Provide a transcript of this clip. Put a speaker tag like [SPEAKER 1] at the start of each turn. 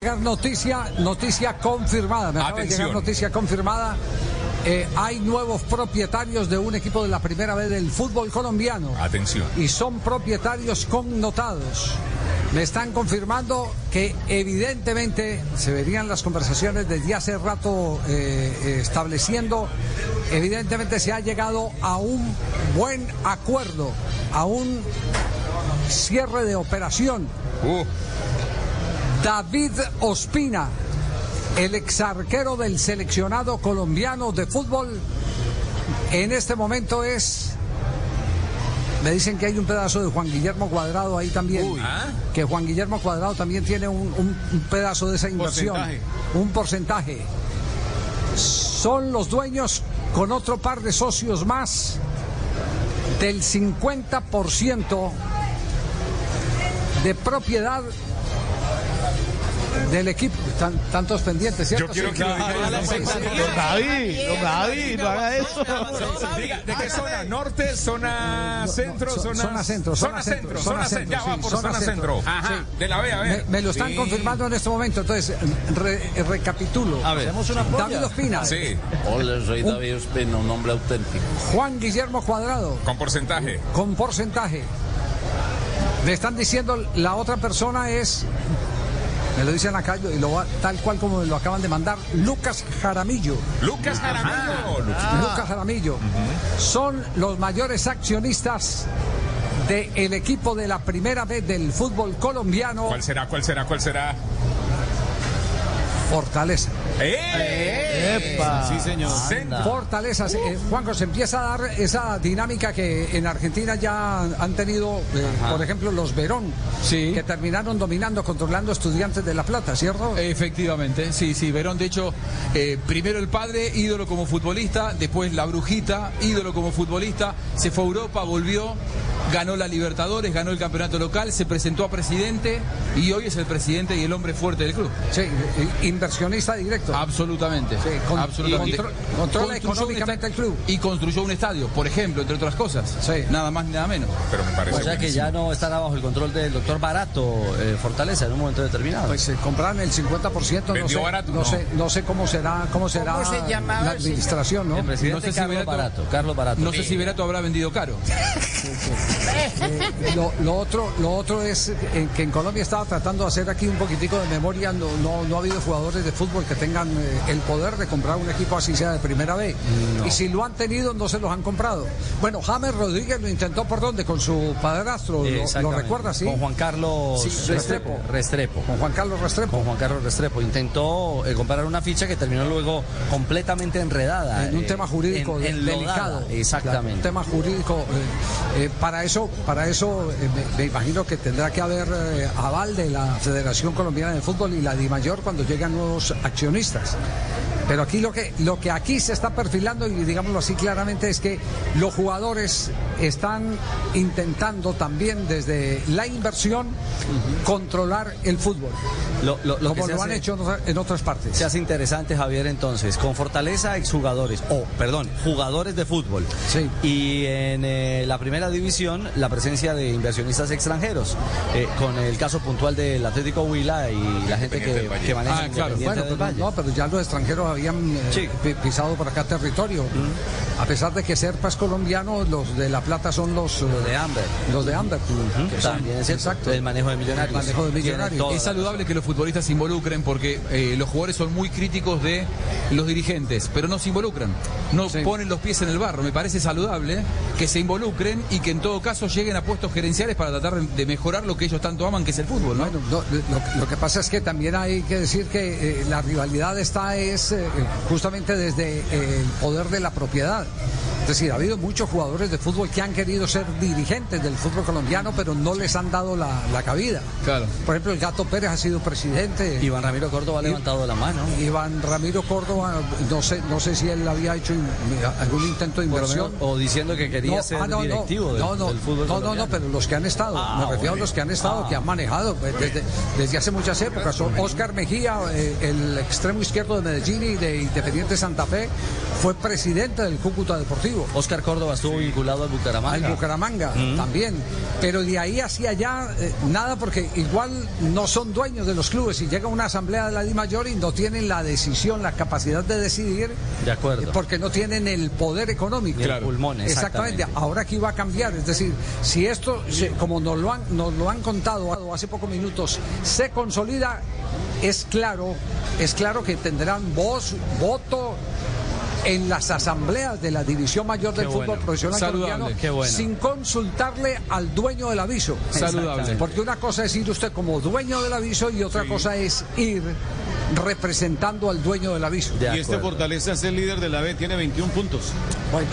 [SPEAKER 1] llegar noticia, noticia confirmada. Me acaba de llegar
[SPEAKER 2] Atención.
[SPEAKER 1] noticia confirmada. Eh, hay nuevos propietarios de un equipo de la primera vez del fútbol colombiano.
[SPEAKER 2] Atención.
[SPEAKER 1] Y son propietarios connotados. Me están confirmando que evidentemente se verían las conversaciones desde hace rato eh, eh, estableciendo, evidentemente se ha llegado a un buen acuerdo, a un cierre de operación
[SPEAKER 2] Uh,
[SPEAKER 1] David Ospina, el exarquero del seleccionado colombiano de fútbol, en este momento es. Me dicen que hay un pedazo de Juan Guillermo Cuadrado ahí también.
[SPEAKER 2] Uy. ¿Ah?
[SPEAKER 1] Que Juan Guillermo Cuadrado también tiene un, un- un pedazo de esa inversión.
[SPEAKER 2] Porcentaje.
[SPEAKER 1] Un porcentaje. Son los dueños con otro par de socios más del 50% de propiedad del equipo. Tan- tantos pendientes, ¿cierto?
[SPEAKER 2] Yo quiero que lo diga
[SPEAKER 1] claro.
[SPEAKER 2] de una
[SPEAKER 1] Sí,
[SPEAKER 2] vez.
[SPEAKER 1] sí, sí.
[SPEAKER 3] Don David, don David, no haga eso.
[SPEAKER 2] diga, ¿de qué zona? ¿Norte, zona centro,
[SPEAKER 1] zo-
[SPEAKER 2] zona...
[SPEAKER 1] zona centro,
[SPEAKER 2] Zona centro, zona centro. Ya va
[SPEAKER 1] sí,
[SPEAKER 2] por
[SPEAKER 1] zona
[SPEAKER 2] zona
[SPEAKER 1] centro.
[SPEAKER 2] centro. Ajá,
[SPEAKER 1] Sí.
[SPEAKER 2] de la B, a
[SPEAKER 1] Me,
[SPEAKER 2] ver.
[SPEAKER 1] me lo están
[SPEAKER 2] Sí.
[SPEAKER 1] confirmando en este momento, entonces re- recapitulo.
[SPEAKER 3] A ver, hacemos una
[SPEAKER 1] David Ospina,
[SPEAKER 2] Sí,
[SPEAKER 4] Hola, soy David Ospina, un hombre auténtico.
[SPEAKER 1] Juan Guillermo Cuadrado,
[SPEAKER 2] con porcentaje.
[SPEAKER 1] con porcentaje. Me están diciendo la otra persona es, me lo dicen acá y lo va- tal cual como me lo acaban de mandar, Lucas Jaramillo.
[SPEAKER 2] Lucas Jaramillo. Lucas.
[SPEAKER 1] Lucas Jaramillo, son los mayores accionistas del equipo de la primera vez del fútbol colombiano,
[SPEAKER 2] ¿Cuál será, cuál será, cuál será?
[SPEAKER 1] Fortaleza.
[SPEAKER 2] ¡Eh!
[SPEAKER 3] Epa. Sí, señor.
[SPEAKER 5] Ah.
[SPEAKER 2] Centro.
[SPEAKER 1] Fortaleza, eh, Juanco, se empieza a dar esa dinámica que en Argentina ya han- han tenido, eh, por ejemplo, los Verón,
[SPEAKER 6] Sí.
[SPEAKER 1] que terminaron dominando, controlando estudiantes de La Plata, ¿cierto?
[SPEAKER 6] Eh. Efectivamente, sí, sí, Verón, de hecho, eh, primero el padre, ídolo como futbolista, después la brujita, ídolo como futbolista, se fue a Europa, volvió, ganó la Libertadores, ganó el campeonato local, se presentó a presidente y hoy es el presidente y el hombre fuerte del club.
[SPEAKER 1] Sí, eh, inversionista directo.
[SPEAKER 6] Ah. Absolutamente.
[SPEAKER 1] Sí, con-
[SPEAKER 6] absolutamente.
[SPEAKER 1] contro- controla
[SPEAKER 6] Construyó
[SPEAKER 1] económicamente
[SPEAKER 6] un esta-
[SPEAKER 1] el club.
[SPEAKER 6] Y construyó un estadio, por ejemplo, entre otras cosas.
[SPEAKER 1] Sí.
[SPEAKER 6] Nada más ni nada menos.
[SPEAKER 2] Pero me parece
[SPEAKER 5] O sea que
[SPEAKER 2] buenísimo.
[SPEAKER 5] ya no estará bajo el control del doctor Barato eh, Fortaleza en un momento determinado.
[SPEAKER 1] Pues se compraron el 50%, no
[SPEAKER 2] ¿Vendió
[SPEAKER 1] sé,
[SPEAKER 2] barato?
[SPEAKER 1] no
[SPEAKER 2] No.
[SPEAKER 1] sé, no sé cómo será, cómo será
[SPEAKER 7] ¿Cómo se llamaba
[SPEAKER 1] la
[SPEAKER 7] el señor?
[SPEAKER 1] administración,
[SPEAKER 5] el
[SPEAKER 1] ¿no?
[SPEAKER 5] presidente
[SPEAKER 6] no sé si
[SPEAKER 5] Carlos
[SPEAKER 6] Berato-
[SPEAKER 5] Barato. Carlos Barato.
[SPEAKER 6] No sé si Verato habrá vendido caro.
[SPEAKER 1] Lo, lo otro, lo otro es eh, que en Colombia estaba tratando de hacer aquí un poquitico de memoria. No, no, no ha habido jugadores de fútbol que tengan eh, el poder de comprar un equipo así sea de primera vez. Y si lo han tenido, no se los han comprado. Bueno, James Rodríguez lo intentó por dónde? Con su padrastro.
[SPEAKER 5] Eh,
[SPEAKER 1] ¿Lo- ¿Lo,
[SPEAKER 5] exactamente.
[SPEAKER 1] recuerda? Sí.
[SPEAKER 5] Con Juan Carlos
[SPEAKER 1] Sí,
[SPEAKER 5] Restrepo.
[SPEAKER 1] Restrepo.
[SPEAKER 5] Restrepo.
[SPEAKER 1] Con Juan Carlos Restrepo.
[SPEAKER 5] Con Juan Carlos Restrepo. Intentó eh, comprar una ficha que terminó luego completamente enredada.
[SPEAKER 1] En un
[SPEAKER 5] eh,
[SPEAKER 1] tema jurídico
[SPEAKER 5] en-
[SPEAKER 1] de-
[SPEAKER 5] enlodada.
[SPEAKER 1] delicado. Claro, Un
[SPEAKER 5] Exactamente.
[SPEAKER 1] tema jurídico. eh, eh, para eso, para eso eh, me, me imagino que tendrá que haber eh, aval de la Federación Colombiana de Fútbol y la DIMAYOR cuando lleguen nuevos accionistas. Pero aquí lo que, lo que aquí se está perfilando, y digámoslo así claramente, es que los jugadores están intentando también desde la inversión controlar el fútbol,
[SPEAKER 5] Lo, lo- lo que
[SPEAKER 1] como
[SPEAKER 5] se
[SPEAKER 1] lo han
[SPEAKER 5] hace-
[SPEAKER 1] hecho en otra- en otras partes.
[SPEAKER 5] Se hace interesante, Javier, entonces, con Fortaleza, exjugadores, o, perdón, jugadores de fútbol.
[SPEAKER 1] Sí.
[SPEAKER 5] Y en eh, la primera división, la presencia de inversionistas extranjeros, eh, con el caso puntual del Atlético Huila y la gente
[SPEAKER 2] Independiente del
[SPEAKER 5] que,
[SPEAKER 2] Valle.
[SPEAKER 5] que maneja
[SPEAKER 6] Ah, claro.
[SPEAKER 5] Independiente
[SPEAKER 1] Bueno,
[SPEAKER 5] del
[SPEAKER 1] pero,
[SPEAKER 5] Valle.
[SPEAKER 1] no, pero ya los extranjeros habían eh,
[SPEAKER 5] Sí.
[SPEAKER 1] pi- pisado por acá territorio. A pesar de que Serpa es colombiano, los de La Plata son los, eh,
[SPEAKER 5] Lo de Amber.
[SPEAKER 1] los de Amber.
[SPEAKER 5] que También es cierto.
[SPEAKER 1] Exacto.
[SPEAKER 5] El manejo de millonarios.
[SPEAKER 1] El manejo de
[SPEAKER 5] Tiene
[SPEAKER 1] Millonarios.
[SPEAKER 5] toda
[SPEAKER 6] Es
[SPEAKER 5] la-
[SPEAKER 6] saludable que los futbolistas se involucren porque eh, los jugadores son muy críticos de los dirigentes, pero no se involucran, no
[SPEAKER 1] Sí.
[SPEAKER 6] ponen los pies en el barro. Me parece saludable que se involucren y que en todo caso lleguen a puestos gerenciales para tratar de mejorar lo que ellos tanto aman, que es el fútbol, ¿no?
[SPEAKER 1] Bueno, no, lo, lo que pasa es que también hay que decir que eh, la rivalidad está es eh, justamente desde eh, el poder de la propiedad. Es decir, ha habido muchos jugadores de fútbol que han querido ser dirigentes del fútbol colombiano, pero no les han dado la, la cabida.
[SPEAKER 6] Claro.
[SPEAKER 1] Por ejemplo, el Gato Pérez ha sido presidente.
[SPEAKER 5] Iván Ramiro Córdoba ha levantado la mano.
[SPEAKER 1] Iván Ramiro Córdoba, no sé, no sé si él había hecho in- algún intento de
[SPEAKER 5] por lo menos,
[SPEAKER 1] inversión.
[SPEAKER 5] o diciendo que quería
[SPEAKER 1] No,
[SPEAKER 5] ser
[SPEAKER 1] ah, no, no,
[SPEAKER 5] directivo del,
[SPEAKER 1] no, no,
[SPEAKER 5] del fútbol
[SPEAKER 1] no, no, no,
[SPEAKER 5] colombiano.
[SPEAKER 1] pero los que han estado,
[SPEAKER 5] Ah,
[SPEAKER 1] me refiero
[SPEAKER 5] bueno. Ah.
[SPEAKER 1] a los que han estado, que han manejado pues, desde, desde hace muchas épocas. Oscar Mejía, eh, el extremo izquierdo de Medellín y de Independiente Santa Fe, fue presidente del Cúcuta Deportivo.
[SPEAKER 5] Oscar Córdoba estuvo vinculado al Bucaramanga.
[SPEAKER 1] Al Bucaramanga
[SPEAKER 5] Mm.
[SPEAKER 1] también. Pero de ahí hacia allá, eh, nada, porque igual no son dueños de los clubes. Si llega una asamblea de la Di Mayor y no tienen la decisión, la capacidad de decidir.
[SPEAKER 5] De acuerdo.
[SPEAKER 1] eh, Porque no tienen el poder económico.
[SPEAKER 5] Ni el Claro. pulmón, exactamente.
[SPEAKER 1] Ahora aquí va a cambiar. Es decir, si esto, se- como nos lo, han, nos lo han contado hace pocos minutos, se consolida, es claro, es claro que tendrán voz, voto. En las asambleas de la División Mayor del Fútbol
[SPEAKER 5] bueno.
[SPEAKER 1] Profesional
[SPEAKER 6] Saludable,
[SPEAKER 1] Colombiano,
[SPEAKER 5] qué bueno.
[SPEAKER 1] sin consultarle al dueño del aviso.
[SPEAKER 6] Saludable.
[SPEAKER 1] Porque una cosa es ir usted como dueño del aviso y otra cosa es ir representando al dueño del aviso.
[SPEAKER 5] De
[SPEAKER 3] Y este
[SPEAKER 5] acuerdo.
[SPEAKER 3] Fortaleza es el líder de la B, tiene 21 puntos.
[SPEAKER 1] Bueno.